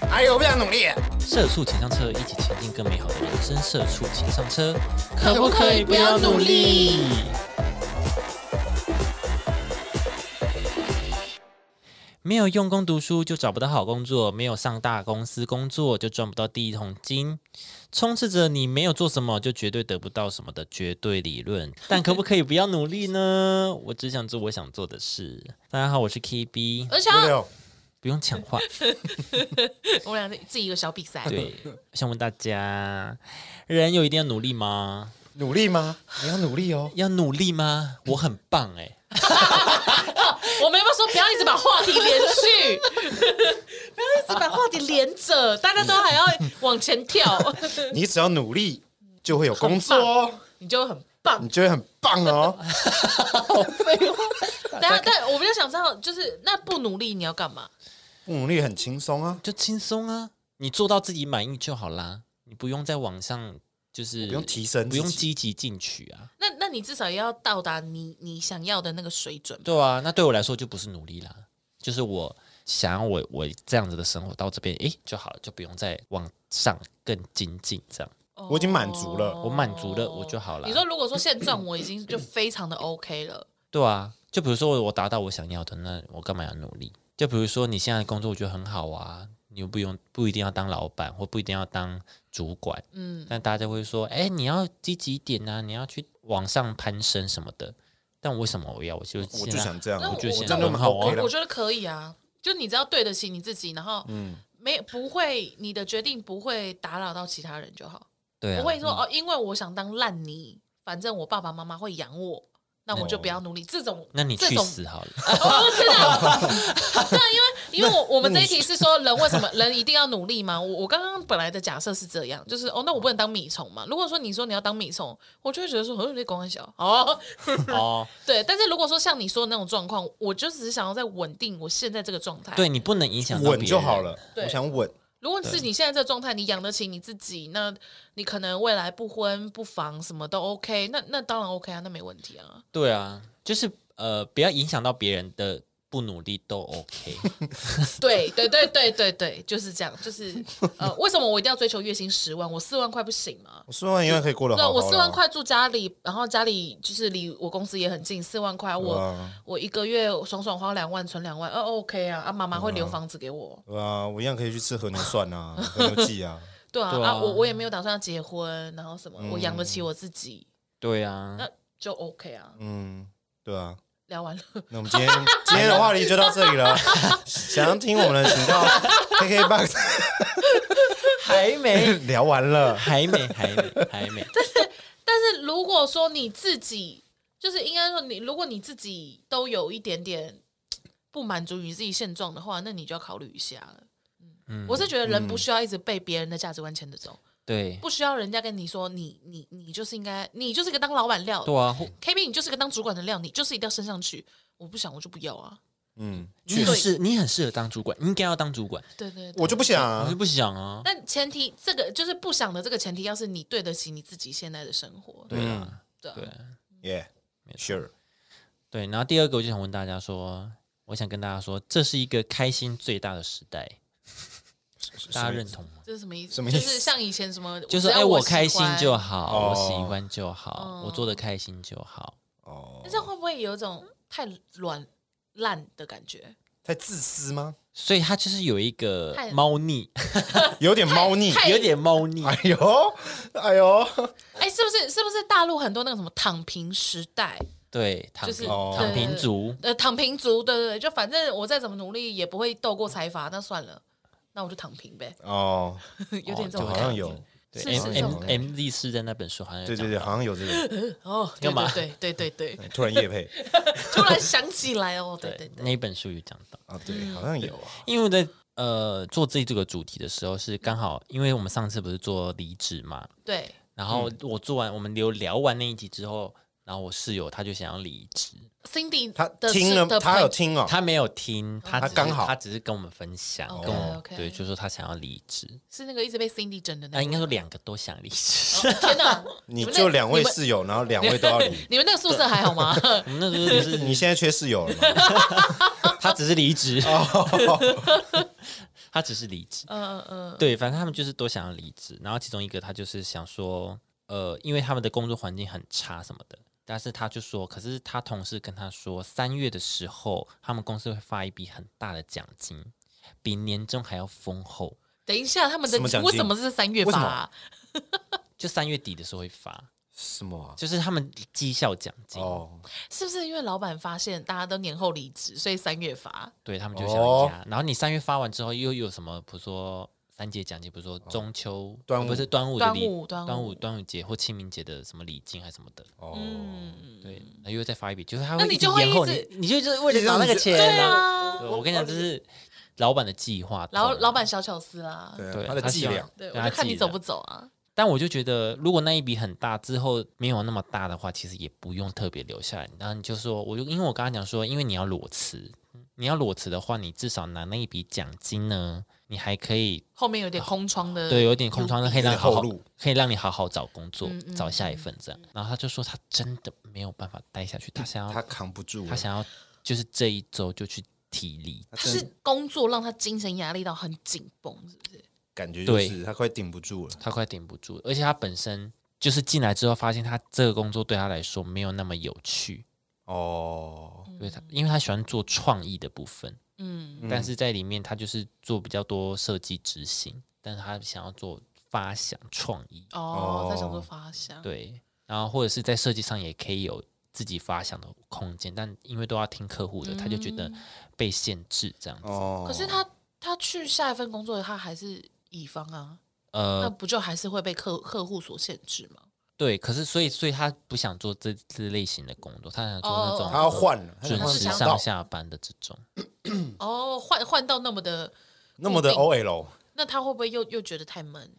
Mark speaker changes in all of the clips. Speaker 1: 还哎有，我不想努力。
Speaker 2: 社畜请上车，一起前进更美好的人生。社畜请上车，
Speaker 1: 可不可以不要努力？
Speaker 2: 没有用功读书就找不到好工作，没有上大公司工作就赚不到第一桶金。充斥着你没有做什么就绝对得不到什么的绝对理 论，但可不可以不要努力呢？我只想做我想做的事。大家好，我是 KB，
Speaker 3: 而且
Speaker 1: 六六，
Speaker 2: 不用抢话。
Speaker 3: 我们俩自己一个小比赛，
Speaker 2: 对，想问大家，人有一定要努力吗？
Speaker 1: 努力吗？你要努力哦。
Speaker 2: 要努力吗？我很棒哎、
Speaker 3: 我们要不要说不要一直把话题连续， 不要一直把话题连着，大家都还要往前跳，
Speaker 1: 你只要努力，就会有工作哦，
Speaker 3: 你就很棒
Speaker 1: 你。就会很棒哦。
Speaker 3: 等下，但我们就想知道，就是那不努力你要干嘛？
Speaker 1: 不嗯努力很轻松啊，
Speaker 2: 就轻松啊，你做到自己满意就好啦，你不用在网上就是
Speaker 1: 不用提升自己
Speaker 2: 不用积极进取啊。
Speaker 3: 那那你至少也要到达你你想要的那个水准吧。
Speaker 2: 对啊，那对我来说就不是努力啦，就是我想要我我这样子的生活到这边诶就好了，就不用再往上更精进这样。
Speaker 1: 我已经满足了
Speaker 3: 哦
Speaker 2: 我满足了我就好了
Speaker 3: 你说如果说现状我已经就非常的 OK 了，
Speaker 2: 对啊，就比如说我达到我想要的，那我干嘛要努力？就比如说你现在的工作我觉得很好啊，你又不用不一定要当老板或不一定要当主管，
Speaker 3: 嗯，
Speaker 2: 但大家会说，哎、你要积极一点啊，你要去往上攀升什么的。但为什么我要？我就
Speaker 1: 我
Speaker 2: 现
Speaker 1: 就
Speaker 2: 在
Speaker 1: 想这样，
Speaker 3: 啊那我
Speaker 1: 觉得
Speaker 2: 我
Speaker 1: 这样就蛮
Speaker 2: 我
Speaker 1: OK
Speaker 3: 我
Speaker 1: 的。
Speaker 3: 觉得可以啊，就你只要对得起你自己，然后嗯，没不会你的决定不会打扰到其他人就好，
Speaker 2: 对啊，
Speaker 3: 不会说哦，因为我想当烂泥，反正我爸爸妈妈会养我，那我就不要努力。这种
Speaker 2: 哦那你
Speaker 3: 这
Speaker 2: 去
Speaker 3: 种啊
Speaker 2: 死好了。
Speaker 3: 我 知道，对，因为因为我我们这一题是说人为什么人一定要努力嘛？我我刚刚本来的假设是这样，就是哦，那我不能当米虫嘛？如果说你说你要当米虫，我就会觉得说，哦，你公安小 哦，
Speaker 2: 哦，
Speaker 3: 对。但是如果说像你说的那种状况，我就只是想要在稳定我现在这个状态。
Speaker 2: 对，你不能影响到别
Speaker 1: 稳
Speaker 2: 人
Speaker 1: 就好。了，
Speaker 3: 对
Speaker 1: 我想稳。
Speaker 3: 如果是你现在这个状态，你养得起你自己，那你可能未来不婚不房什么都 OK，那那当然 OK 啊，那没问题啊。
Speaker 2: 对啊，就是呃，不要影响到别人的不努力都 OK。
Speaker 3: 对对对对对对，就是这样，就是呃，为什么我一定要追求月薪十万？我四万块不行吗？
Speaker 1: 我四万应该可以过得
Speaker 3: 对，
Speaker 1: 好好
Speaker 3: 我
Speaker 1: 的啊
Speaker 3: 四万，块住家里，然后家里就是离我公司也很近，四万块我、
Speaker 1: 对啊
Speaker 3: 我一个月爽爽花两万，存两万，呃，OK 啊，啊，妈妈会留房子给我，
Speaker 1: 对啊，我一样可以去吃和牛涮 啊，和牛记啊。
Speaker 3: 对啊，
Speaker 2: 对啊
Speaker 3: 啊，我我也没有打算要结婚，然后什么，我养得起我自己，
Speaker 2: 对啊，
Speaker 3: 那就 OK 啊。
Speaker 1: 嗯，对啊。
Speaker 3: 聊完了，
Speaker 1: 那我们今天 今天的话题就到这 里了。想要听我们的，请到 KKBOX
Speaker 2: 还
Speaker 3: 哎
Speaker 2: 没，
Speaker 1: 聊完了。
Speaker 2: 还没，还没，还 没。
Speaker 3: 但是如果说你自己，就是应该说你，如果你自己都有一点点不满足于自己现状的话，那你就要考虑一下了。嗯，我是觉得人不需要一直被别人的价值观牵着走。
Speaker 2: 嗯对，
Speaker 3: 不需要人家跟你说你你你就是应该，你就是个当老板料
Speaker 2: 对啊，或
Speaker 3: k B 你就是个当主管的料，你就是一定要升上去。我不想，我就不要啊。
Speaker 1: 嗯，
Speaker 2: 你很适，你很适合当主管，你应该要当主管。
Speaker 3: 对对对。
Speaker 1: 我就不想
Speaker 2: 我
Speaker 1: 啊
Speaker 2: 就。不想啊。
Speaker 3: 但前提，这个就是不想的这个前提，要是你对得起你自己现在的生活。
Speaker 2: 对啊，
Speaker 3: 对啊
Speaker 2: 对。
Speaker 1: Yeah，sure。
Speaker 2: 对，然后第二个我就想问大家说，我想跟大家说，这是一个开心最大的时代，大家认同吗？
Speaker 3: 这是什么意思？
Speaker 1: 什么意思
Speaker 3: 就是像以前什么，
Speaker 2: 就是
Speaker 3: 只要
Speaker 2: 哎，
Speaker 3: 我
Speaker 2: 我开心就
Speaker 3: 好。
Speaker 2: 好，我喜
Speaker 1: 哦
Speaker 2: 欢就好，我做的开心就好。
Speaker 1: 哦
Speaker 3: 那，这样会不会有一种太软烂的感觉？
Speaker 1: 太自私吗？
Speaker 2: 所以他就是有一个
Speaker 3: 太
Speaker 2: 猫腻，
Speaker 1: 有点猫腻。
Speaker 3: 太太
Speaker 2: 有点猫腻。
Speaker 1: 哎呦，哎呦，
Speaker 3: 哎，是不是？是不是大陆很多那个什么躺平时代？
Speaker 2: 对，躺
Speaker 3: 就是
Speaker 2: 平
Speaker 1: 哦
Speaker 2: 躺平族，
Speaker 3: 呃，躺平族，对对对，就反正我再怎么努力也不会斗过财阀，那算了，那我就躺平 呗，
Speaker 1: 哦，
Speaker 3: 有点
Speaker 2: 就
Speaker 3: 这种
Speaker 1: 好
Speaker 3: 感
Speaker 1: 像
Speaker 3: 觉。
Speaker 1: 有，
Speaker 2: 对
Speaker 3: 是是
Speaker 2: M
Speaker 3: 这
Speaker 2: M
Speaker 3: 种
Speaker 2: M，M， M Z 是在那本书好像有
Speaker 1: 对
Speaker 2: 讲
Speaker 1: 对对，好像有 这个。
Speaker 3: 哦，对
Speaker 2: 干嘛
Speaker 3: 对对对对 对，
Speaker 1: 突然夜配
Speaker 3: 突然想起来哦，对对对，
Speaker 2: 那一本书有讲到。
Speaker 3: 嗯
Speaker 1: 啊，对，好像有啊。
Speaker 2: 因为我在呃做这这个主题的时候是刚好，因为我们上次不是做离职嘛，
Speaker 3: 对
Speaker 1: 嗯
Speaker 2: 然后我做完，我们聊聊完那一集之后，然后我室友他就想要离职，
Speaker 3: Cindy
Speaker 1: 他
Speaker 3: 的
Speaker 1: 听
Speaker 3: 是的
Speaker 1: 了，他有
Speaker 3: 朋
Speaker 1: 听哦，
Speaker 2: 他没有听，他只是
Speaker 1: 他刚好
Speaker 2: 他只是跟我们分享，
Speaker 3: OK，
Speaker 2: 跟我
Speaker 3: OK
Speaker 2: 对，就说他想要离职，
Speaker 3: 是那个一直被 Cindy 整的那
Speaker 2: 那应
Speaker 1: 哎
Speaker 3: 个。
Speaker 2: 该
Speaker 3: 哦
Speaker 2: 说两个都想离 职。
Speaker 3: 天哪，
Speaker 1: 你
Speaker 3: 们
Speaker 1: 就
Speaker 3: 那
Speaker 1: 两位
Speaker 3: 你们
Speaker 1: 室友，然后两 位都要离。
Speaker 3: 你们那个宿舍还好吗？
Speaker 2: 我们那时候就是
Speaker 1: 你现在缺室友了吗？
Speaker 2: 他只是离职， 他只是离职。
Speaker 3: 嗯嗯
Speaker 2: 对，反正他们就是都想要离职，然后其中一个他就是想说，呃，因为他们的工作环境很差什么的，但是他就说，可是他同事跟他说，三月的时候他们公司会发一笔很大的奖金，比年终还要丰厚，
Speaker 3: 等一下，他们的
Speaker 1: 什么奖金
Speaker 3: 为什么是三月
Speaker 1: 为什
Speaker 3: 发
Speaker 1: 么
Speaker 3: 啊？
Speaker 2: 就三月底的时候会发，
Speaker 1: 什么啊？
Speaker 2: 就是他们绩效奖金，
Speaker 1: 哦，
Speaker 3: 是不是因为老板发现大家都年后离职，所以三月发？
Speaker 2: 对他们就想
Speaker 1: 哦
Speaker 2: 压。然后你三月发完之后，又有什么，比如说。三节奖金，比如说中秋、
Speaker 1: 哦
Speaker 2: 呃
Speaker 1: 端午
Speaker 2: 不是端午的
Speaker 3: 端
Speaker 2: 礼
Speaker 3: 午端午
Speaker 2: 端午端午节或清明节的什么礼金还是什么的，
Speaker 1: 哦
Speaker 3: 嗯，
Speaker 2: 哦对，然后又再发一笔，就是他
Speaker 3: 那
Speaker 2: 会
Speaker 3: 你
Speaker 2: 一直
Speaker 3: 就会
Speaker 2: 延后
Speaker 3: 一
Speaker 2: 你
Speaker 3: 直，
Speaker 2: 你就是为了拿那个钱。
Speaker 3: 对
Speaker 2: 然后
Speaker 3: 啊，
Speaker 2: 对我跟你讲，这是老板的计划。
Speaker 3: 老老，板小巧思啦。
Speaker 1: 对
Speaker 2: 对
Speaker 1: 啊，他的
Speaker 2: 希
Speaker 1: 伎
Speaker 2: 望
Speaker 1: 俩，
Speaker 3: 对，
Speaker 2: 对
Speaker 3: 我就看你
Speaker 2: 他记得
Speaker 3: 走不走啊。
Speaker 2: 但我就觉得，如果那一笔很大之后没有那么大的话，其实也不用特别留下来。然后你就说，我就因为我刚刚讲说，因为你要裸辞，你要裸辞的话，你至少拿那一笔奖金呢，你还可以
Speaker 3: 后面有点空窗的，
Speaker 2: 啊对，有点空窗，可以让你好
Speaker 1: 后
Speaker 2: 好
Speaker 1: 路
Speaker 2: 可以让你好好找工作
Speaker 3: 嗯嗯，
Speaker 2: 找下一份这样。然后他就说，他真的没有办法待下去，他想要
Speaker 1: 他扛不住了
Speaker 2: 他。想要就是这一周就去提离
Speaker 1: 他
Speaker 3: 他
Speaker 1: 真的
Speaker 3: 是工作让他精神压力到很紧绷，是不是？
Speaker 1: 感觉就是
Speaker 2: 对
Speaker 1: 他快顶不住了。
Speaker 2: 他快顶不住了，而且他本身就是进来之后发现他这个工作对他来说没有那么有趣，
Speaker 1: 哦，
Speaker 2: 因为他因为他喜欢做创意的部分，
Speaker 3: 嗯，
Speaker 2: 但是在里面他就是做比较多设计执行，但是他想要做发想创意，
Speaker 3: 哦
Speaker 1: 哦，
Speaker 3: 他想说发香，
Speaker 2: 对，然后或者是在设计上也可以有自己发想的空间，但因为都要听客户的，他就觉得被限制这样子。
Speaker 1: 嗯哦，
Speaker 3: 可是他他去下一份工作，他还是乙方啊，那
Speaker 2: 呃，
Speaker 3: 不就还是会被客客户所限制吗？
Speaker 2: 对，可是所以所以他不想做这这类型的工作，他想做那
Speaker 3: 哦
Speaker 2: 种
Speaker 1: 他要换了，他
Speaker 2: 准
Speaker 1: 想
Speaker 2: 时
Speaker 1: 换
Speaker 2: 上
Speaker 1: 到
Speaker 2: 下班的这种，嗯
Speaker 3: 哦，换换到那么的，
Speaker 1: 那么的
Speaker 3: 固
Speaker 1: OL，
Speaker 3: 那他会不会又又觉得太闷？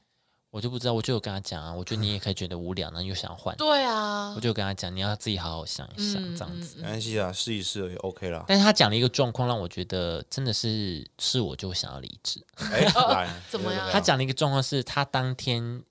Speaker 2: 我就不知道，我就有跟他讲啊，我觉得你也可以觉得无聊，然后又想换，
Speaker 3: 对啊
Speaker 2: 我，就有跟他讲，你要自己好好想一想、
Speaker 3: 嗯
Speaker 2: 这样子。
Speaker 1: 没关系啊，试一试也 OK 啦。
Speaker 2: 但是他讲了一个状况，让我觉得真的是是我就想要离职。
Speaker 1: 哎，来，
Speaker 3: 怎么样
Speaker 1: 对啊
Speaker 2: 他讲了一个状况是，他当天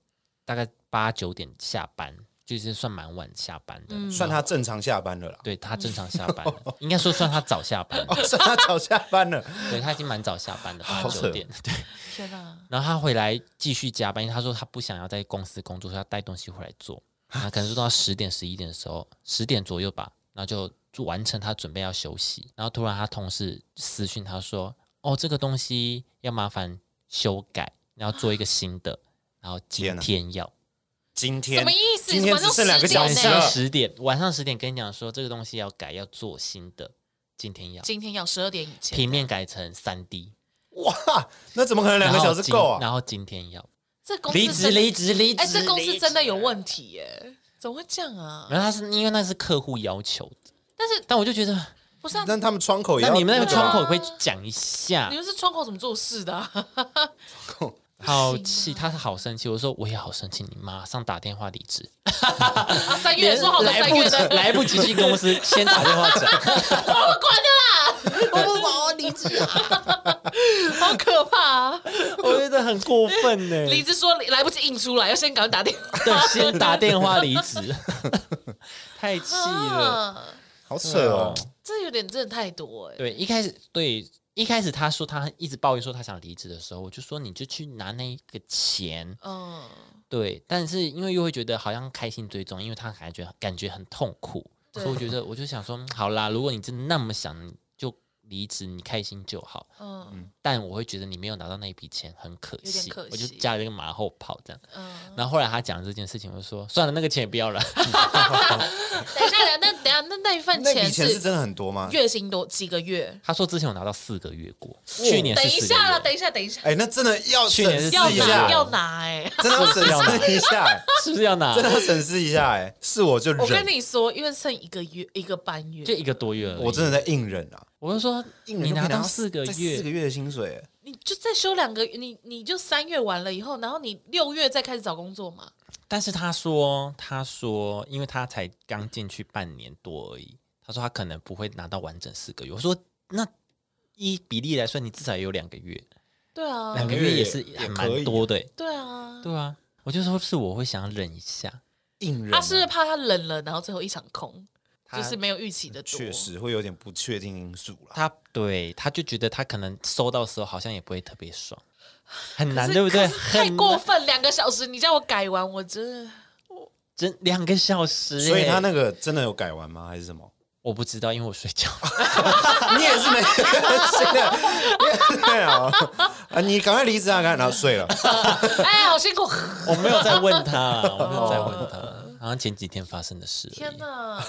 Speaker 2: 大概八九点下班，就是算蛮晚下班
Speaker 3: 嗯
Speaker 2: 的，
Speaker 1: 算他正常下班了啦，
Speaker 2: 对他正常下班了，应该说算他早下班了，
Speaker 1: 哦算他早下班了。
Speaker 2: 对他已经蛮早下班的，八
Speaker 1: 好扯
Speaker 2: 九点。对，
Speaker 3: 天哪，
Speaker 2: 然后他回来继续加班，因为他说他不想要在公司工作，所以他带东西回来做。那可能是到十点、十一点的时候，十点左右吧，然后就就完成他准备要休息。然后突然他同事私讯他说：“哦，这个东西要麻烦修改，然后做一个新的，然后今
Speaker 1: 天啊哪
Speaker 2: 天要
Speaker 1: 今
Speaker 3: 什
Speaker 1: 天
Speaker 3: 么意思？
Speaker 1: 今天
Speaker 3: 晚上
Speaker 1: 只剩两
Speaker 3: 10
Speaker 1: 个
Speaker 3: 点
Speaker 2: 晚
Speaker 1: 小时
Speaker 3: 呢
Speaker 2: 上
Speaker 1: 了
Speaker 2: 十点，晚上十点跟你讲说这个东西要改，要做新的，今天要
Speaker 3: 今天要十二点以前，
Speaker 2: 平面改成三 D，
Speaker 1: 哇，那怎么可能两个
Speaker 2: 然后
Speaker 1: 小时
Speaker 2: 今
Speaker 1: 够啊？
Speaker 2: 然后今天要
Speaker 3: 这公司
Speaker 2: 离职，
Speaker 3: 真的
Speaker 2: 离职，离职。
Speaker 3: 哎，这公
Speaker 2: 离
Speaker 3: 司
Speaker 2: 职
Speaker 3: 真的有问题耶，怎么会这样啊？
Speaker 2: 然后他是因为那是客户要求的，
Speaker 3: 但是
Speaker 2: 但我就觉得，
Speaker 3: 不是啊？
Speaker 1: 但他们窗口也
Speaker 2: 那
Speaker 1: 要
Speaker 2: 你们那个
Speaker 1: 种
Speaker 2: 窗口会讲一下
Speaker 3: 你，们是窗口怎么做事的啊？
Speaker 2: 好气，他好生气。我说我也好生气，你马上打电话离职，
Speaker 3: 啊三月说好的
Speaker 2: 来
Speaker 3: 三
Speaker 2: 不
Speaker 3: 月
Speaker 2: 及
Speaker 3: 的，
Speaker 2: 来不及进公 司，先打电话讲。
Speaker 3: 我关掉啦，我不管，我离职啊， 好可怕啊！
Speaker 2: 我觉得很过分呢，
Speaker 3: 离职说来不及印出来，要先赶快打 电话。
Speaker 2: 对，先打电话离 职，太气了。
Speaker 3: 啊
Speaker 1: 好扯哦，
Speaker 3: 这有点真的太多哎、
Speaker 2: 对，一开始对一开始他说他一直抱怨说他想离职的时候，我就说你就去拿那个钱，
Speaker 3: 嗯，
Speaker 2: 对，但是因为又会觉得好像开心最重，因为他感觉感觉很痛苦，所以我觉得我就想说，嗯好啦，如果你真的那么想，你就离职，你开心就好。
Speaker 3: 嗯
Speaker 2: 但我会觉得你没有拿到那一笔钱很可
Speaker 3: 有点
Speaker 2: 惜，
Speaker 3: 可
Speaker 2: 我就
Speaker 3: 惜
Speaker 2: 加了一个马后炮这样。
Speaker 3: 嗯，
Speaker 2: 然后后来他讲这件事情，我就说算了，那个钱也不要了。
Speaker 3: 等一下，等一下，那等一下，那那一份
Speaker 1: 那笔钱
Speaker 3: 嗯
Speaker 1: 是
Speaker 3: 是
Speaker 1: 真的很多吗？
Speaker 3: 月薪多几个月？
Speaker 2: 他说之前有拿到四个月过，去年
Speaker 3: 等
Speaker 2: 是
Speaker 3: 一
Speaker 2: 四个
Speaker 3: 下啦，
Speaker 2: 月，
Speaker 3: 等一下，等一下，
Speaker 1: 哎，那真的要
Speaker 2: 去
Speaker 1: 审
Speaker 2: 年
Speaker 1: 视
Speaker 2: 是
Speaker 1: 一
Speaker 3: 要
Speaker 2: 四个
Speaker 3: 拿
Speaker 2: 月
Speaker 1: 下，
Speaker 3: 要拿哎、
Speaker 1: 真的要审视一 下，哎
Speaker 2: 是不是要拿
Speaker 1: 真？的要审视一下。哎，是我就
Speaker 3: 我跟
Speaker 1: 忍，
Speaker 3: 你说，因为剩一个月，一个半月
Speaker 2: 就，一个多月而已。
Speaker 1: 我真的在硬忍啊。
Speaker 2: 我就说
Speaker 1: 硬忍
Speaker 2: 你
Speaker 1: 都可以
Speaker 2: 拿到
Speaker 1: 到
Speaker 2: 四个
Speaker 1: 在四个
Speaker 2: 月，
Speaker 1: 月的薪水，哎
Speaker 3: 你就再休两个，你你就三月完了以后，然后你六月再开始找工作嘛。
Speaker 2: 但是他说，他说，因为他才刚进去半年多而已，他说他可能不会拿到完整四个月。我说，那依比例来算，你至少也有两个月，
Speaker 3: 对啊，
Speaker 2: 两个
Speaker 1: 哦两个
Speaker 2: 月
Speaker 1: 月
Speaker 2: 也是
Speaker 1: 也
Speaker 2: 还
Speaker 1: 可以
Speaker 2: 蛮
Speaker 1: 啊
Speaker 2: 多的欸、
Speaker 3: 对啊，
Speaker 2: 对啊，我就说是我会想忍一下，
Speaker 1: 硬啊人、
Speaker 3: 他是不是怕他冷了，然后最后一场空，
Speaker 2: 他
Speaker 3: 就是没有预期的多。
Speaker 1: 确实会有点不确定因素啦。
Speaker 2: 他对他就觉得他可能收到的时候好像也不会特别爽，很
Speaker 3: 可
Speaker 2: 难，
Speaker 3: 是，
Speaker 2: 对不对？
Speaker 3: 可是太
Speaker 2: 很
Speaker 3: 过
Speaker 2: 难
Speaker 3: 分，两个小时你叫我改完，我真的
Speaker 2: 真两个小时欸、
Speaker 1: 所以他那个真的有改完吗？还是什么？
Speaker 2: 我不知道，因为我睡觉。
Speaker 1: 你也是没 真的，你也是没有啊！你赶快离职啊！赶快然后 睡了，
Speaker 3: 哎，好辛苦。
Speaker 2: 我没有在问他，我没有在问
Speaker 1: 哦
Speaker 2: 他，好像前几天发生的事而已。
Speaker 3: 天哪！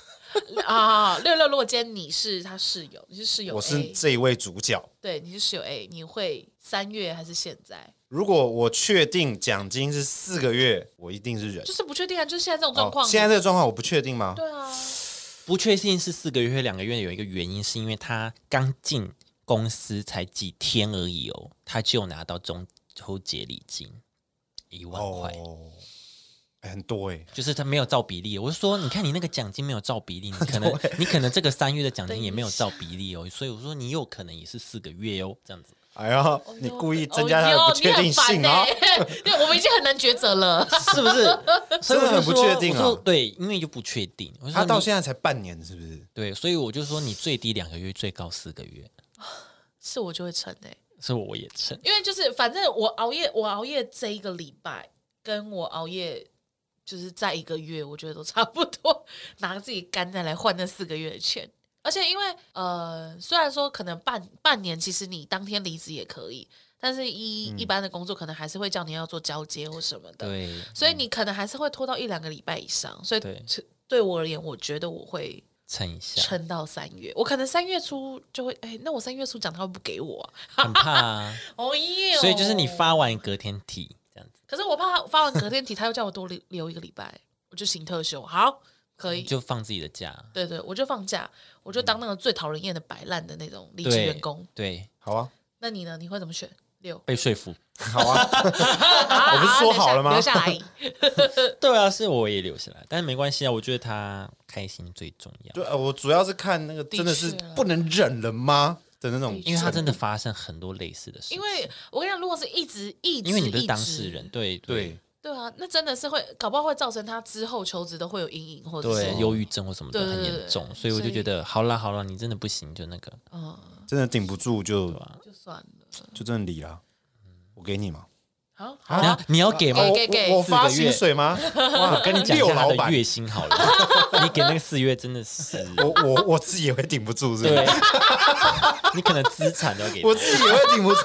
Speaker 3: 啊，六六，如果今天你是他室友，你是室友
Speaker 1: 我是
Speaker 3: A，
Speaker 1: 这一位主角。
Speaker 3: 对，你是室友 A，你会三月还是现在？
Speaker 1: 如果我确定奖金是四个月，我一定是人
Speaker 3: 就。是不确定啊，就是现在这种状
Speaker 1: 哦
Speaker 3: 况。
Speaker 1: 现在这个状况我不确定吗？
Speaker 3: 对啊，
Speaker 2: 不确定是四个月或两个月，有一个原因是因为他刚进公司才几天而已哦，他就拿到中秋节礼金一万块。
Speaker 1: 哦，哎很多哎、
Speaker 2: 就是他没有照比例，我就说，你看你那个奖金没有照比例，你可 能你可能这个三月的奖金也没有照比例哦，所以我说你有可能也是四个月哦，这样子。
Speaker 1: 哎呀，你故意增加它的不确定性啊
Speaker 3: 哦！你很烦欸 对，我们已经很难抉择了。
Speaker 2: 是不是？所以我就
Speaker 1: 真的很
Speaker 2: 说
Speaker 1: 不确定啊
Speaker 2: 我说对，因为就不确定。啊我就说
Speaker 1: 他到
Speaker 2: 你
Speaker 1: 现在才半年，是不是？
Speaker 2: 对，所以我就说你最低两个月，最高四个月，
Speaker 3: 是我就会撑哎、
Speaker 2: 所以我也撑。
Speaker 3: 因为就是反正我熬夜，我熬夜这一个礼拜，跟我熬夜就是在一个月，我觉得都差不多， 拿自己肝再来换那四个月的钱。而且因为呃，虽然说可能半半年，其实你当天离职也可以，但是一、
Speaker 1: 嗯
Speaker 3: 一般的工作可能还是会叫你要做交接或什么的，
Speaker 2: 对，
Speaker 3: 所
Speaker 1: 嗯
Speaker 3: 以你可能还是会拖到一两个礼拜以上。所以
Speaker 2: 对
Speaker 3: 这对我而言，我觉得我会
Speaker 2: 撑一下，
Speaker 3: 撑到三月，我可能三月初就会，哎，那我三月初讲他会不给我、啊，
Speaker 2: 很怕啊。
Speaker 3: 哦耶！
Speaker 2: 所以就是你发完隔天提这样子，
Speaker 3: 可是我怕他发完隔天题，他又叫我多留留一个礼拜，我就请特休。好，可以，
Speaker 2: 就放自己的假。
Speaker 3: 对对，我就放假，我就当那个最讨人厌的摆烂的那种离职
Speaker 2: 对，
Speaker 3: 员工。
Speaker 2: 对，
Speaker 1: 好啊，
Speaker 3: 那你呢？你会怎么选？六？
Speaker 2: 被说服。
Speaker 1: 好啊，
Speaker 3: 我
Speaker 1: 不是说好了吗
Speaker 3: 留下来，
Speaker 2: 对啊，是我也留下来，但是没关系啊，我觉得他开心最重要，
Speaker 1: 对，呃我主要是看那个真的是
Speaker 3: 的确啊
Speaker 1: 不能忍了吗的那种，
Speaker 2: 因为他真的发生很多类似的事情。
Speaker 3: 因为我跟你讲，如果是一直一直，
Speaker 2: 因为你不是
Speaker 3: 一
Speaker 2: 当
Speaker 3: 直
Speaker 2: 事人，，对
Speaker 1: 对，
Speaker 3: 对啊，那真的是会，搞不好会造成他之后求职都会有阴影，或者是
Speaker 2: 对，忧郁症或什么的
Speaker 3: 对
Speaker 2: 很
Speaker 3: 对
Speaker 2: 严
Speaker 3: 对
Speaker 2: 重，所以我就
Speaker 3: 所以
Speaker 2: 觉得好啦好啦，你真的不行就那个，
Speaker 3: 嗯，
Speaker 1: 真的顶不住就
Speaker 3: 就算了。
Speaker 1: 就真的离了。我给你嘛，
Speaker 3: 好，好
Speaker 2: 然
Speaker 3: 啊
Speaker 2: 后，你要给吗？
Speaker 3: 给
Speaker 1: 我
Speaker 3: 给给
Speaker 1: 哦我我
Speaker 2: 四个
Speaker 1: 发
Speaker 2: 月
Speaker 1: 薪水吗？哇，
Speaker 2: 跟你讲一
Speaker 1: 六
Speaker 2: 下
Speaker 1: 老
Speaker 2: 他的
Speaker 1: 板，
Speaker 2: 月薪好了，你给那个四月真的是，
Speaker 1: 我我我自己也会顶不住，是不
Speaker 2: 对
Speaker 1: 是？，
Speaker 2: 你可能资产都要给他
Speaker 1: 我自己也会顶不住，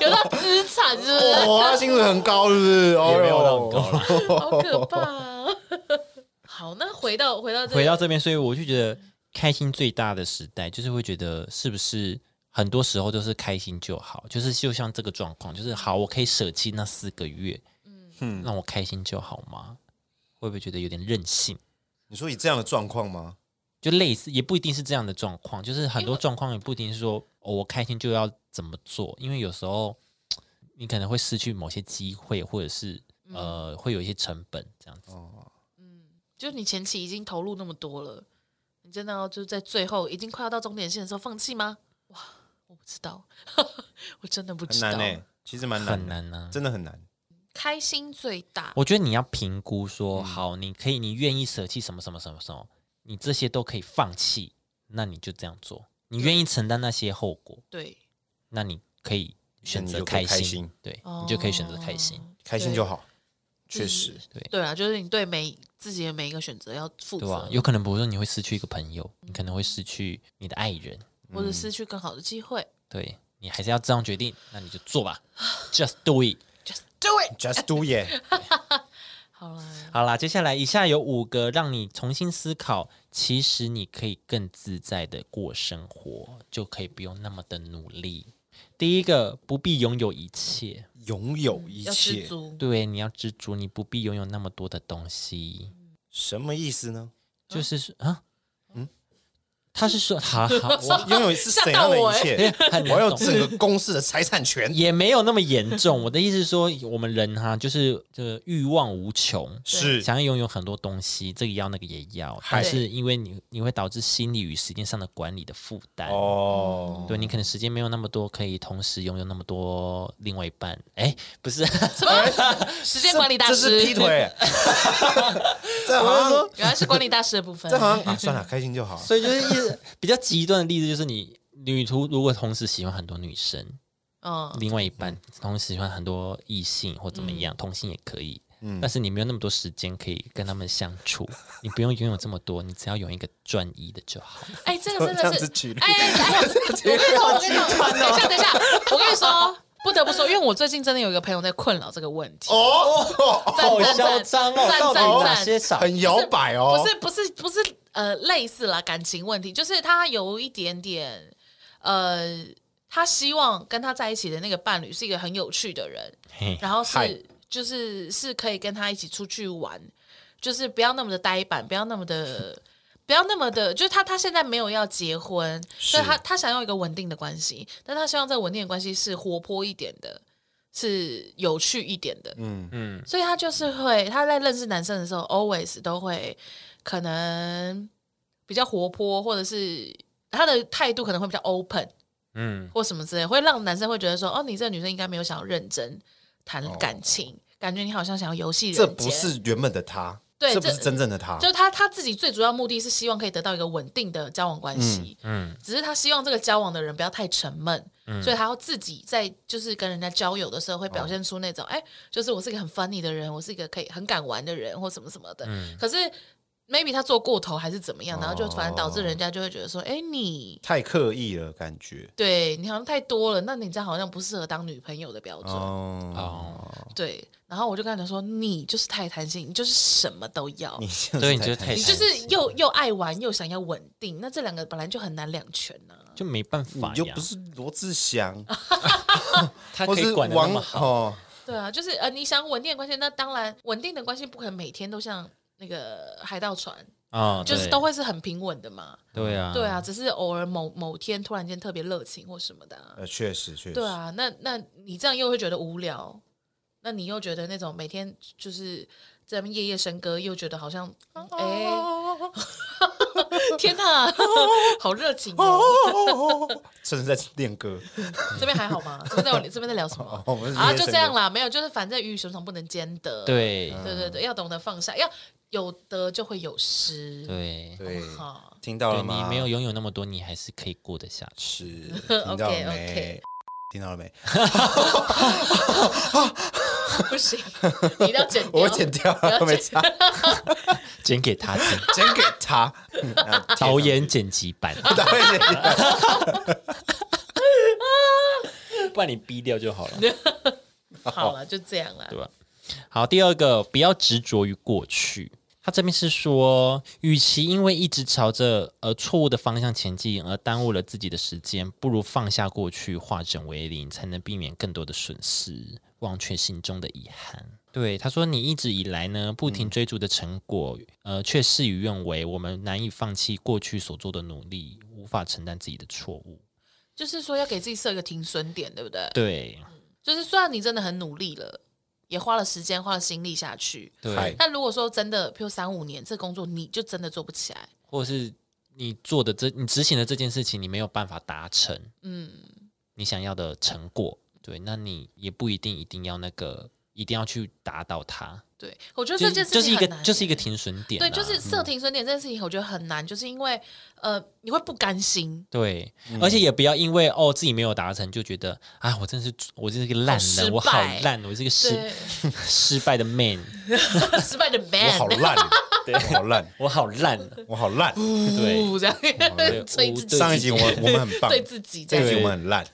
Speaker 3: 有到资产是不是？
Speaker 1: 我他薪水很高，是不是？哦
Speaker 2: 也没有到很
Speaker 1: 哟，
Speaker 2: 高了。
Speaker 3: 好可怕啊！ 好，那回到回到这
Speaker 2: 回
Speaker 3: 个
Speaker 2: 到这边，所以我就觉得开心最大的时代，就是会觉得是不是很多时候都是开心就好，就是就像这个状况，就是好，我可以舍弃那四个月，嗯，让我开心就好吗？会不会觉得有点任性？
Speaker 1: 你说以这样的状况吗？
Speaker 2: 就类似，也不一定是这样的状况，就是很多状况也不一定是说、哦、我开心就要怎么做，因为有时候你可能会失去某些机会，或者是呃，会有一些成本这样子。
Speaker 3: 就是你前期已经投入那么多了，你真的要就是在最后已经快要到终点线的时候放弃吗？哇，我不知道， 我真的不
Speaker 1: 很
Speaker 3: 知道
Speaker 1: 难。欸诶，其实蛮
Speaker 2: 很
Speaker 1: 难的，
Speaker 2: 难啊呢、
Speaker 1: 真的很难。
Speaker 3: 开心最大，
Speaker 2: 我觉得你要评估说，
Speaker 1: 嗯
Speaker 2: 好，你可以，你愿意舍弃什么什么什么什么，你这些都可以放弃，那你就这样做。你愿意承担那些后果，
Speaker 3: 对，
Speaker 2: 那你可以选
Speaker 1: 那你
Speaker 2: 择
Speaker 1: 就可
Speaker 2: 开
Speaker 1: 以
Speaker 2: 心，
Speaker 1: 开心
Speaker 2: 对你就可以选择开心。
Speaker 3: 哦
Speaker 1: 开心就好，确实。
Speaker 2: 对
Speaker 3: 对啊，就是你对每自己的每一个选择要负
Speaker 2: 对吧
Speaker 3: 责？，
Speaker 2: 有可能，比如说你会失去一个朋友，你可能会失去你的爱人，
Speaker 3: 或者失去更好的机会。
Speaker 2: 对你还是要这样决定，那你就做吧，just do it。
Speaker 3: Just do it。
Speaker 1: Just do it，
Speaker 3: 好啦，
Speaker 2: 好啦，接下来以下有五个让你重新思考，其实你可以更自在的过生活，就可以不用那么的努力。第一个，不必拥有一切，
Speaker 1: 拥有一
Speaker 3: 要知
Speaker 1: 切，
Speaker 3: 足。
Speaker 2: 对，你要知足，你不必拥有那么多的东西，
Speaker 1: 什么意思呢？
Speaker 2: 就是说啊，嗯，他是 说，好好，我
Speaker 1: 拥有是怎样的一切？
Speaker 2: 很
Speaker 1: 我欸
Speaker 2: 难
Speaker 1: 要
Speaker 2: 懂
Speaker 1: 整个公司的财产 权。
Speaker 2: 也没有那么严重。我的意思是说，我们人哈，就是就是欲望无穷，
Speaker 1: 是
Speaker 2: 想要拥有很多东西，这个要那个也要，
Speaker 1: 嗨
Speaker 2: 但是因为你你会导致心理与时间上的管理的负担。
Speaker 1: 哦，
Speaker 2: 对你可能时间没有那么多，可以同时拥有那么多另外一半。哎，不是，
Speaker 3: 什么？时间管理大
Speaker 1: 这是
Speaker 3: 师
Speaker 1: 劈， 腿。这好像
Speaker 3: 原来是管理大师的部分
Speaker 1: 这。 好像啊，算了，开心就好。
Speaker 2: 所以就是一直比较极端的例子，就是你女图如果同时喜欢很多女生，
Speaker 3: 嗯，
Speaker 2: 另外一半同时喜欢很多异性或怎么样，同性也可以。但是你没有那么多时间可以跟他们相 处，你不用拥有这么多，你只要有一个专一的就好。
Speaker 3: 哎，这个
Speaker 1: 这
Speaker 3: 真的
Speaker 1: 样子
Speaker 3: 是，
Speaker 1: 举例，
Speaker 3: 哎哎，哎 我跟你讲，我跟你
Speaker 1: 哦
Speaker 3: 讲，等一下，等一下，我跟你说，不得不说，因为我最近真的有一个朋友在困扰这个问题。
Speaker 1: 哦，
Speaker 3: 赞
Speaker 2: 嚣
Speaker 3: 赞赞
Speaker 2: 张哦！到底
Speaker 3: 赞赞
Speaker 2: 有哪
Speaker 3: 赞
Speaker 2: 些少？
Speaker 1: 很摇摆哦
Speaker 3: 啊不。是不是不是呃，类似啦，感情问题，就是他有一点点呃，他希望跟他在一起的那个伴侣是一个很有趣的人，
Speaker 2: 嘿
Speaker 3: 然后
Speaker 1: 嗨
Speaker 3: 是就是是可以跟他一起出去玩，就是不要那么的呆板，不要那么的。不要那么的，就是他，他现在没有要结婚，所以他他想要一个稳定的关系，但他希望这稳定的关系是活泼一点的，是有趣一点的。
Speaker 1: 嗯
Speaker 2: 嗯，
Speaker 3: 所以他就是会，他在认识男生的时候，always 都会可能比较活泼，或者是他的态度可能会比较 open
Speaker 2: 嗯，
Speaker 3: 或什么之类，会让男生会觉得说，哦，你这个女生应该没有想要认真谈感情，感觉你好像想要游戏人
Speaker 1: 哦
Speaker 3: 间。
Speaker 1: 这不是原本的他，
Speaker 3: 对
Speaker 1: 这不
Speaker 3: 这
Speaker 1: 是真正的他
Speaker 3: 就。是他他自己最主要目的是希望可以得到一个稳定的交往关系，
Speaker 2: 嗯
Speaker 3: 只是他希望这个交往的人不要太沉闷，
Speaker 1: 嗯
Speaker 3: 所以他要自己在就是跟人家交友的时候会
Speaker 1: 哦
Speaker 3: 表现出那种，哎、就是我是一个很 funny 的人，我是一个可以很敢玩的人，或什么什么的。
Speaker 1: 嗯
Speaker 3: 可是 maybe 他做过头还是怎么样，然后就反而导
Speaker 1: 哦
Speaker 3: 致人家就会觉得说，哎、你
Speaker 1: 太刻意了，感觉
Speaker 3: 对你好像太多了，那你这样好像不适合当女朋友的标准。
Speaker 1: 哦，
Speaker 2: 哦，
Speaker 3: 对，然后我就跟他讲说，你就是太贪心，你就是什么都要。
Speaker 1: 你就是
Speaker 2: 对你就是太
Speaker 3: 你就是又又爱玩又想要稳定，那这两个本来就很难两全呢、
Speaker 2: 就没办法
Speaker 1: 你就
Speaker 2: 呀
Speaker 1: 不，是罗志祥，
Speaker 2: 他
Speaker 1: 或
Speaker 2: 可以
Speaker 1: 是
Speaker 2: 管的那
Speaker 1: 王
Speaker 2: 么好，
Speaker 1: 哦，
Speaker 3: 对啊，就是呃，你想稳定的关系，那当然稳定的关系不可能每天都像那个海盗船，
Speaker 2: 啊，
Speaker 3: 就是
Speaker 2: 对
Speaker 3: 都会是很平稳的嘛。
Speaker 2: 对啊，
Speaker 3: 对啊，，只是偶尔某某天突然间特别热情或什么的、啊。
Speaker 1: 呃，确实确实，
Speaker 3: 对啊，那那你这样又会觉得无聊，那你又觉得那种每天就是在那边夜夜笙歌，又觉得好像哎、
Speaker 1: 哦
Speaker 3: 天哪， 好热情哦！
Speaker 1: 哦， 甚至在练歌，
Speaker 3: 这边还好吗？这边在这边在聊什么？
Speaker 1: 哦我是
Speaker 3: 啊，
Speaker 1: 夜
Speaker 3: 就
Speaker 1: 深
Speaker 3: 这样啦，没有，就是反正鱼与熊掌不能兼得。
Speaker 2: 对
Speaker 3: 对对对，要懂得放下，要有得就会有失。
Speaker 2: 对，
Speaker 1: 对，
Speaker 3: 好，
Speaker 1: 听到
Speaker 2: 对
Speaker 1: 了
Speaker 2: 你
Speaker 1: 吗？
Speaker 2: 没有拥有那么多，你还是可以过得下去。
Speaker 1: 是， 听到了
Speaker 3: OK，OK
Speaker 1: 没？听到了没？
Speaker 3: 不行，你一定要剪掉。
Speaker 1: 我剪掉
Speaker 3: 不要
Speaker 1: 了，没
Speaker 3: 剪
Speaker 1: 差，
Speaker 2: 剪给他听，
Speaker 1: 剪给他。嗯然后贴上
Speaker 2: 导演剪辑版，
Speaker 1: 导 演剪，
Speaker 2: 不然你逼掉就好了，
Speaker 3: 好了，就这样啦
Speaker 2: 对。吧？好，第二个，不要执着于过去。他这边是说，与其因为一直朝着呃错误的方向前进而耽误了自己的时间，不如放下过去，化整为零，才能避免更多的损失，忘却心中的遗憾。对，他说你一直以来呢，不停追逐的成果，呃，却事与愿违，我们难以放弃过去所做的努力，无法承担自己的错误。
Speaker 3: 就是说要给自己设一个停损点，对不对？
Speaker 2: 对，
Speaker 3: 就是虽然你真的很努力了，也花了时间、花了心力下去，
Speaker 2: 对
Speaker 1: 嗨，
Speaker 3: 但如果说真的，譬如三五年，这工作你就真的做不起来，
Speaker 2: 或是你做的这你执行的这件事情，你没有办法达成
Speaker 3: 嗯，
Speaker 2: 你想要的成果，对，那你也不一定一定要那个，一定要去达到它，
Speaker 3: 对，我觉得
Speaker 2: 就
Speaker 3: 这件
Speaker 2: 是
Speaker 3: 事
Speaker 2: 就
Speaker 3: 情
Speaker 2: 是一
Speaker 3: 很
Speaker 2: 个
Speaker 3: 难
Speaker 2: 就是一个
Speaker 3: 欸
Speaker 2: 停损点、啊，
Speaker 3: 对，就是设停损点这件事情，我觉得很难，就是因为呃，你会不甘心，
Speaker 2: 对，而且也不要因为哦自己没有达成就觉得啊，我真是我真是个烂
Speaker 3: 好失
Speaker 2: 人，我好
Speaker 3: 败
Speaker 2: 烂，我是个失
Speaker 3: 对，
Speaker 2: 失败的 man，
Speaker 3: 失败的
Speaker 1: 我好
Speaker 3: man，
Speaker 1: 烂，我好烂，
Speaker 2: 我好烂，
Speaker 1: 我好烂。
Speaker 2: 对
Speaker 3: 呜这样吹自己，
Speaker 1: 上一集我我们很棒，
Speaker 3: 对自己这
Speaker 1: 这一集
Speaker 3: 样，
Speaker 1: 我们很烂，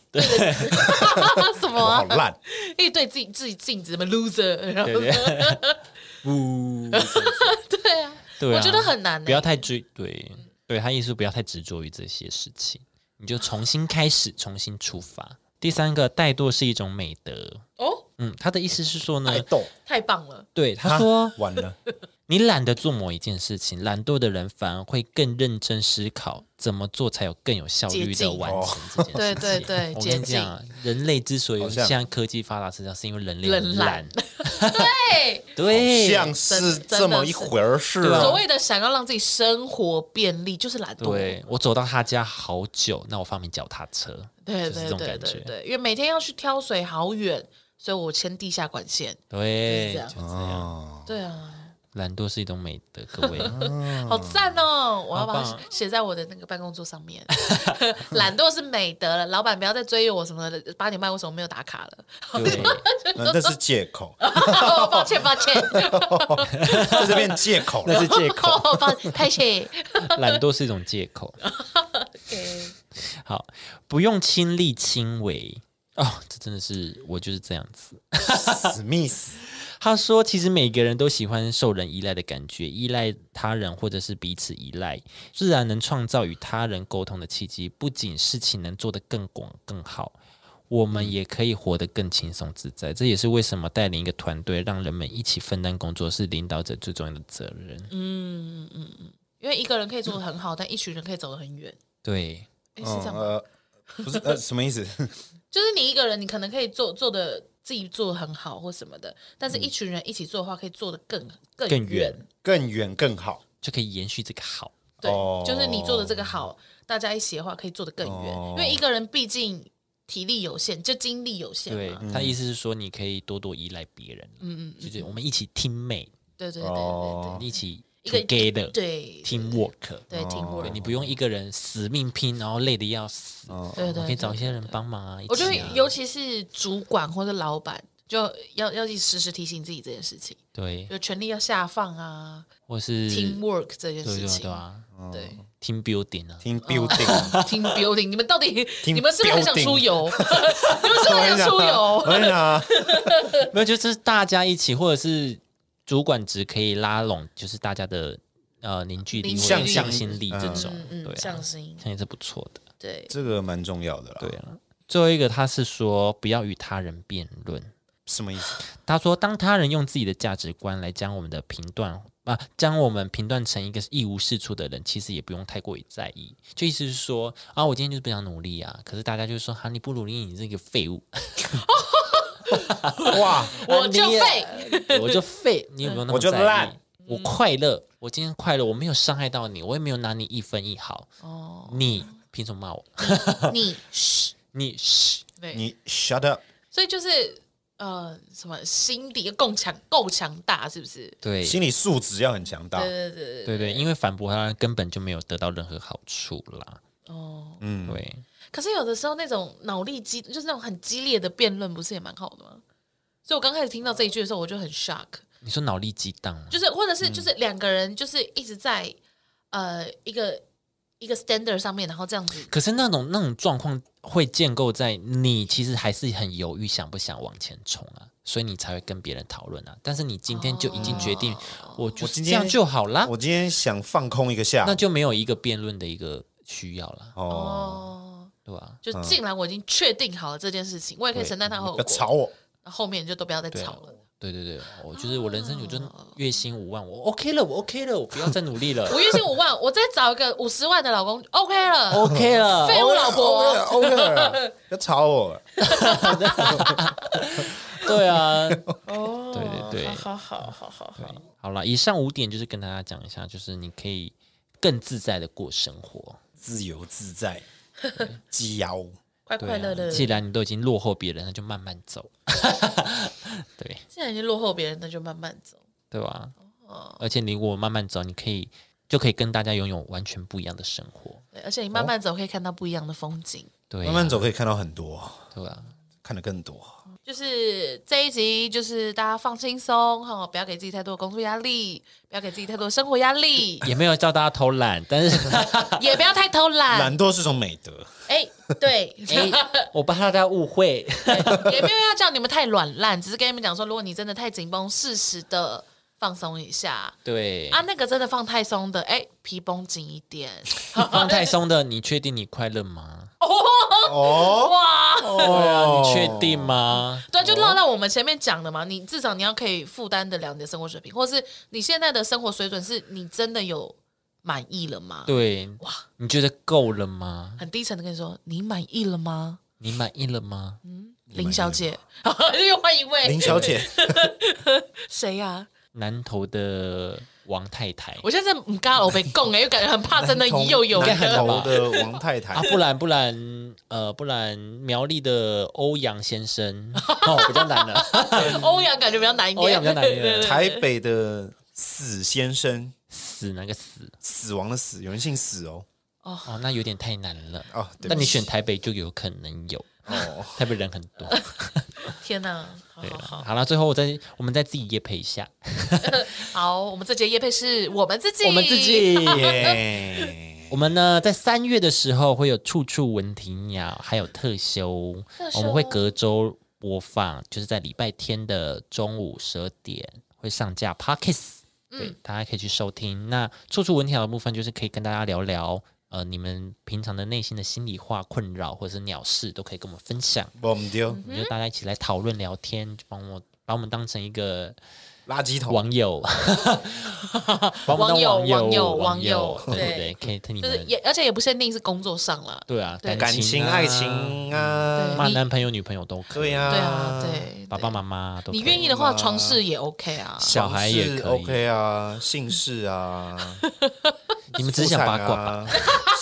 Speaker 3: 什么
Speaker 1: 我
Speaker 3: 啊？
Speaker 1: 好烂。
Speaker 3: 一直对自己自己镜子什么 loser，然后
Speaker 2: 对不对？ 呜，
Speaker 3: 对啊，
Speaker 2: 对啊
Speaker 3: 我觉得很难欸，
Speaker 2: 不要太追，对对，他意思不要太执着于这些事情，你就重新开始，重新出发。第三个，怠惰是一种美德。
Speaker 3: 哦，哎
Speaker 1: 哎
Speaker 2: 嗯，他的意思是说呢，
Speaker 1: 豆
Speaker 3: 太棒了，
Speaker 2: 对他说，
Speaker 1: 完了，
Speaker 2: 你懒得做某一件事情，懒惰的人反而会更认真思考怎么做才有更有效率
Speaker 3: 捷
Speaker 2: 的
Speaker 3: 径
Speaker 2: 完成这件事情。哦
Speaker 3: 对对对
Speaker 2: 我
Speaker 3: 捷
Speaker 2: 跟你
Speaker 3: 径
Speaker 2: 讲，啊人类之所
Speaker 1: 好
Speaker 2: 以
Speaker 1: 像
Speaker 2: 现在科技发达，实际上是因为人类
Speaker 3: 人
Speaker 2: 很
Speaker 3: 懒
Speaker 2: 懒。哎
Speaker 3: 对，哎
Speaker 2: 对，
Speaker 1: 像是
Speaker 3: 真的
Speaker 1: 这么一回儿事
Speaker 2: 对啊
Speaker 1: 啊
Speaker 3: 所。谓的想要让自己生活便利，就是懒惰。
Speaker 2: 对我走到他家好久，那我发明脚踏车，
Speaker 3: 对
Speaker 2: 就是
Speaker 3: 对
Speaker 2: 这种
Speaker 3: 对
Speaker 2: 感
Speaker 3: 对
Speaker 2: 觉。
Speaker 3: 对，因为每天要去挑水好远，所以我牵地下管线。
Speaker 2: 对，
Speaker 3: 就是这样
Speaker 2: 就这样。
Speaker 1: 哦
Speaker 3: 对啊，
Speaker 2: 懒惰是一种美德，各 位。
Speaker 3: 好赞哦！我要把
Speaker 2: 嗯好
Speaker 3: 它
Speaker 2: 棒
Speaker 3: 写在我的那个办公桌上 面。懒惰是美德了，老板不要再追我什么的。八点半为什么没有打卡了？
Speaker 2: 对，
Speaker 1: 啊那那是借口，
Speaker 3: 哦，抱歉抱 歉，
Speaker 1: 在这边借口 了。
Speaker 2: 那是借口。
Speaker 3: 哦，抱拍谢。
Speaker 2: 懒惰是一种借口。嗯
Speaker 3: OK
Speaker 2: 好，不用亲力亲为哦，这真的是我就是这样子。
Speaker 1: 史密斯，
Speaker 2: 他说，其实每个人都喜欢受人依赖的感觉，依赖他人或者是彼此依赖，自然能创造与他人沟通的契机。不仅事情能做得更广更好。我们也可以活得更轻松自在，这也是为什么带领一个团队，让人们一起分担工作是领导者最重要的责任。
Speaker 3: 因为一个人可以做的很好，但一群人可以走得很远。
Speaker 2: 对，
Speaker 3: 哎，是这样吗？
Speaker 1: 呃，不是呃，什么意思？
Speaker 3: 就是你一个人，你可能可以做做的自己做得很好或什么的，但是一群人一起做的话，可以做的更更
Speaker 2: 更远
Speaker 1: 更远更好。
Speaker 2: 就可以延续这个好。
Speaker 3: 对，
Speaker 1: 哦
Speaker 3: 就是你做的这个好，大家一起的话可以做得更远，
Speaker 1: 哦
Speaker 3: 因为一个人毕竟体力有限，就精力有限
Speaker 2: 对
Speaker 3: 嘛。，
Speaker 2: 他意思是说，你可以多多依赖别人，嗯嗯，就是我们一起 teammate，
Speaker 3: 对对对对对
Speaker 1: 哦，
Speaker 2: 嗯一起
Speaker 3: 一个
Speaker 2: together
Speaker 3: 对
Speaker 2: teamwork，
Speaker 3: 对听过
Speaker 2: 哦对你不用一个人死命拼，然后累得要死，
Speaker 1: 哦
Speaker 3: 对
Speaker 2: 我
Speaker 3: 对，
Speaker 2: 可以
Speaker 3: 对
Speaker 2: 找一些人帮忙啊。一
Speaker 3: 我觉得
Speaker 2: 起啊
Speaker 3: 尤其是主管或者老板，就要要时时提醒自己这件事情，
Speaker 2: 对，
Speaker 3: 就权力要下放啊
Speaker 2: 或是
Speaker 3: ，teamwork 这件
Speaker 2: 对
Speaker 3: 事
Speaker 2: 对啊
Speaker 3: 情
Speaker 2: 对，啊
Speaker 3: 对。
Speaker 2: ，team building 啊，
Speaker 1: 听 building，
Speaker 3: Team building，你们到底
Speaker 1: Team
Speaker 3: 你们是不是很想
Speaker 1: building
Speaker 3: 出游？ 你们是不是
Speaker 1: 我
Speaker 3: 很
Speaker 1: 跟你
Speaker 3: 想出
Speaker 1: 讲，我
Speaker 3: 游？
Speaker 1: 跟你讲啊，
Speaker 2: 没有，就是大家一起，或者是主管职可以拉拢，就是大家的呃凝聚力
Speaker 3: 凝
Speaker 2: 或
Speaker 3: 聚
Speaker 2: 者
Speaker 3: 力
Speaker 2: 向心力这种
Speaker 3: 嗯，
Speaker 2: 对啊
Speaker 3: 嗯，上，心
Speaker 2: 这也是不错的。
Speaker 3: 对，
Speaker 1: 这个蛮重要的啦。
Speaker 2: 对，啊，最后一个他是说不要与他人辩论。
Speaker 1: 什么意思？
Speaker 2: 他说，当他人用自己的价值观来将我们的评断啊，将我们评断成一个一无是处的人，其实也不用太过于在意。就意思是说啊，我今天就是不想努力啊，可是大家就说啊，你不努力，你这个废物，
Speaker 1: 哇，
Speaker 3: 我就
Speaker 2: 啊你也
Speaker 3: 废，
Speaker 2: 我就废，你有没有那
Speaker 1: 嗯我
Speaker 2: 么
Speaker 1: 就
Speaker 2: 在意？
Speaker 1: 烂
Speaker 2: 我快乐，我今天快乐，我没有伤害到你，我也没有拿你一分一毫，
Speaker 3: 哦，
Speaker 2: 你凭什么骂我？
Speaker 3: 你 嘘，
Speaker 2: 你嘘，
Speaker 3: 对，
Speaker 1: 你 shut up！
Speaker 3: 所以就是呃，什么心底够强够强大，是不是？
Speaker 2: 对
Speaker 1: 心理素质要很强大。
Speaker 3: 对对对对，
Speaker 2: 对对，因为反驳他根本就没有得到任何好处啦。
Speaker 3: 哦。
Speaker 1: 嗯，
Speaker 2: 对，
Speaker 3: 可是有的时候那种脑力激，就是那种很激烈的辩论，不是也蛮好的吗？所以我刚开始听到这一句的时候，我就很 shock，
Speaker 2: 你说脑力激荡吗？
Speaker 3: 就是或者
Speaker 2: 嗯
Speaker 3: 是就是两个人就是一直在呃一个一个 standard 上面，然后这样子
Speaker 2: 可是那种那种状况会建构在你其实还是很犹豫，想不想往前冲啊，所以你才会跟别人讨论啊。但是你今天就已经决定，我就
Speaker 1: 哦我今
Speaker 2: 这
Speaker 1: 天
Speaker 2: 样就好啦，
Speaker 1: 我今天想放空一个下
Speaker 2: 那，就没有一个辩论的一个需要啦，
Speaker 1: 哦，
Speaker 3: 哦，
Speaker 2: 对吧？
Speaker 3: 就既然我已经确定好了这件事情，我也可以
Speaker 2: 对
Speaker 3: 承担它的后
Speaker 1: 不要
Speaker 3: 果，
Speaker 1: 吵我。
Speaker 3: 那后面就都不要再吵了。
Speaker 2: 对对对，我就是我人
Speaker 1: 哦
Speaker 2: 生有就月薪五万，我 OK 了，我 OK 了，我不要再努力 了
Speaker 3: 我月薪五万，我再找一个五十万的老公，OK 了。
Speaker 2: ，OK 了。
Speaker 3: 废物老婆，
Speaker 1: ，OK，了
Speaker 3: 哦
Speaker 1: 不要吵我。
Speaker 2: 对啊，
Speaker 3: 哦
Speaker 2: 对对对
Speaker 3: 好好好好好，
Speaker 2: 好了，以上五点就是跟大家讲一下，就是你可以更自在的过生活。
Speaker 1: 自由自在，自
Speaker 2: 哎
Speaker 1: 由。
Speaker 3: 快
Speaker 2: 对
Speaker 3: 快乐乐
Speaker 2: 啊。。既然你都已经落后别人，那就慢慢走。 对
Speaker 3: 既然已经落后别人，那就慢慢走。
Speaker 2: 对吧？而且你如果慢慢走，你可以就可以跟大家拥有完全不一样的生活。
Speaker 3: 对，而且你慢慢走可以看到不一样的风景。
Speaker 2: 对、啊
Speaker 1: 慢慢，走可以看到很多，
Speaker 2: 对吧？，
Speaker 1: 看得更多。
Speaker 3: 就是这一集，就是大家放轻松哈，不要给自己太多工作压力，不要给自己太多生活压力
Speaker 2: 也没有叫大家偷懒， 但是
Speaker 3: 也不要太偷懒。
Speaker 1: 懒惰是种美德，
Speaker 3: 哎，对，
Speaker 2: 哎、我怕大家误会。
Speaker 3: 也没有要叫你们太软烂，只是跟你们讲说，如果你真的太紧绷，适时的放松一下。
Speaker 2: 对，
Speaker 3: 啊，那个真的放太松的，哎，皮绷紧一点。哎
Speaker 2: 放太松的，你确定你快乐吗？
Speaker 1: 哦
Speaker 3: 哇，
Speaker 2: 对啊，你确定吗？
Speaker 3: 对，就落到我们前面讲的嘛，你至少你要可以负担得了你的生活水平，或是你现在的生活水准是你真的有满意了吗？
Speaker 2: 对，
Speaker 3: 哇，
Speaker 2: 你觉得够了吗？
Speaker 3: 很低沉的跟你说，你满意了吗？
Speaker 2: 你满意了吗？
Speaker 3: 林小姐， 又换一位
Speaker 1: 林小姐，
Speaker 3: 谁呀、
Speaker 2: 南投的王太太
Speaker 3: 我现在唔敢欧被供哎，又感觉很 怕，真的
Speaker 1: 同
Speaker 3: 又有一
Speaker 1: 南
Speaker 3: 个
Speaker 2: 同
Speaker 1: 投的王太太
Speaker 2: 啊，不然不然呃，不然苗栗的欧阳先生哦，比较难了，
Speaker 3: 欧阳，感觉比较难一 点，
Speaker 2: 欧阳比较难一点
Speaker 3: 对对对
Speaker 1: 台北的死先生，
Speaker 2: 死那个死
Speaker 1: 死亡的死，有人姓死哦。
Speaker 2: 哦，那有点太难了。
Speaker 1: 哦，对不起
Speaker 2: 那你选台北就有可能有哦， 台北人很多。
Speaker 3: 天哪、好
Speaker 2: 对
Speaker 3: 好
Speaker 2: 了，
Speaker 3: 好，
Speaker 2: 好了，最后我再我们再自己也配一下，
Speaker 3: 好，我们这节夜配是我们自己，
Speaker 2: 我们自。己。
Speaker 1: 耶，
Speaker 2: 我们呢，在三月的时候会有处处闻啼鸟，还有特休，
Speaker 3: 特休
Speaker 2: 我们会隔周播放，就是在礼拜天的中午十二点会上架 Pockets，对，
Speaker 3: 嗯
Speaker 2: 大家可以去收听。那处处闻啼鸟的部分，就是可以跟大家聊聊，呃，你们平常的内心的心里话、困扰或者是鸟事，都可以跟我们分享，
Speaker 1: 我们丢
Speaker 3: 嗯
Speaker 2: 我们就大家一起来讨论聊天，就帮我把我们当成一个
Speaker 1: 垃圾桶，
Speaker 2: 网 友，把我们当
Speaker 3: 网友
Speaker 2: 网
Speaker 3: 网友
Speaker 2: 网友
Speaker 3: 网友，
Speaker 2: 对对
Speaker 3: 对
Speaker 2: 对，可以听你
Speaker 3: 就是
Speaker 2: 们
Speaker 3: 也，而且也不限定是工作上啦。
Speaker 2: 对啊，
Speaker 3: 对
Speaker 1: 感
Speaker 2: 情、
Speaker 1: 情、爱，情啊，
Speaker 3: 对
Speaker 2: 骂男朋友、女朋友都可以，
Speaker 1: 对呀，
Speaker 3: 对啊，，对，
Speaker 2: 呃爸爸妈妈都可
Speaker 3: 你
Speaker 2: 以
Speaker 3: 愿意的话，床事也 OK 啊。
Speaker 2: 小孩也可以。
Speaker 1: OK 啊，姓氏啊，
Speaker 2: 你们只想
Speaker 3: 啊
Speaker 2: 八卦吧？，
Speaker 1: 吧，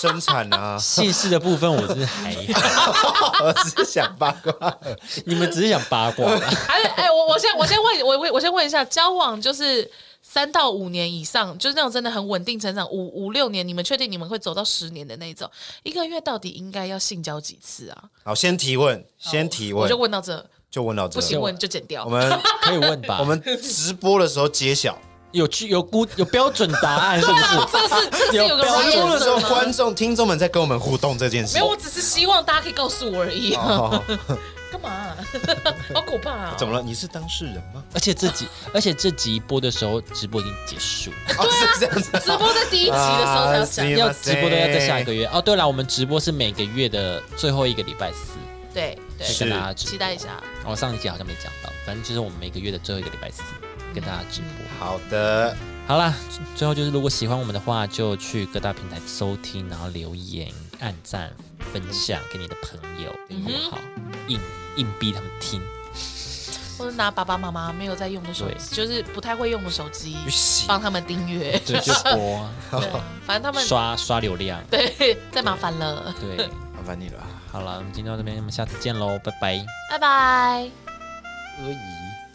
Speaker 1: 生产啊
Speaker 2: 姓氏的部分我是还好，
Speaker 1: 我只想八卦，
Speaker 2: 你们只是想八卦 吧。
Speaker 3: 还是哎，我我先我先问我我我先问一下，交往就是三到五年以上，就是那种真的很稳定成长，五五六年，你们确定你们会走到十年的那种？一个月到底应该要性交几次啊？
Speaker 1: 好，先提问，先提
Speaker 3: 我
Speaker 1: 问
Speaker 3: 就，问到这，
Speaker 1: 就问到这
Speaker 3: 不行
Speaker 1: 了，
Speaker 3: 问就剪掉
Speaker 1: 我。们
Speaker 2: 可以问吧？
Speaker 1: 我们直播的时候揭晓，
Speaker 2: 有具有估有标准答案是不是？
Speaker 3: 这是这是 有个
Speaker 2: 有标
Speaker 1: 直播的时候
Speaker 3: range 吗
Speaker 1: 观众听众们在跟我们互动这件事
Speaker 3: 啊没有，，我只是希望大家可以告诉我而已。
Speaker 1: 哦
Speaker 3: 干嘛 啊？好可怕啊！
Speaker 1: 怎么了？你是当事人吗？
Speaker 2: 而且这集而且这集播的时候，直播已经结束，
Speaker 1: 哦，是这样子。
Speaker 3: 直播在第一集的时候才要讲
Speaker 1: 啊，是
Speaker 2: 要直播都要在下一个月。哦，对了，我们直播是每个月的最后一个礼拜四，
Speaker 3: 对对，
Speaker 1: 是
Speaker 2: 跟大家直播
Speaker 3: 期待一下。
Speaker 2: 我、上一集好像没讲到，反正就是我们每个月的最后一个礼拜四跟大家直播。
Speaker 1: 好的，
Speaker 2: 好啦，最最后就是如果喜欢我们的话，就去各大平台收听，然后留言、按赞、分享给你的朋友，好不好？硬硬逼他们听，
Speaker 3: 或者拿爸爸妈妈没有在用的手机，就是不太会用的手机
Speaker 1: 不，行
Speaker 3: 帮他们订 阅。
Speaker 2: 对，就播，
Speaker 3: 对啊，反正他 们
Speaker 2: 刷刷流量。
Speaker 3: 对，再麻烦了，
Speaker 2: 对，
Speaker 1: 麻烦你了。
Speaker 2: 好了，我们今天到这边，我们下次见喽，拜拜。
Speaker 3: 拜拜。
Speaker 1: 阿姨。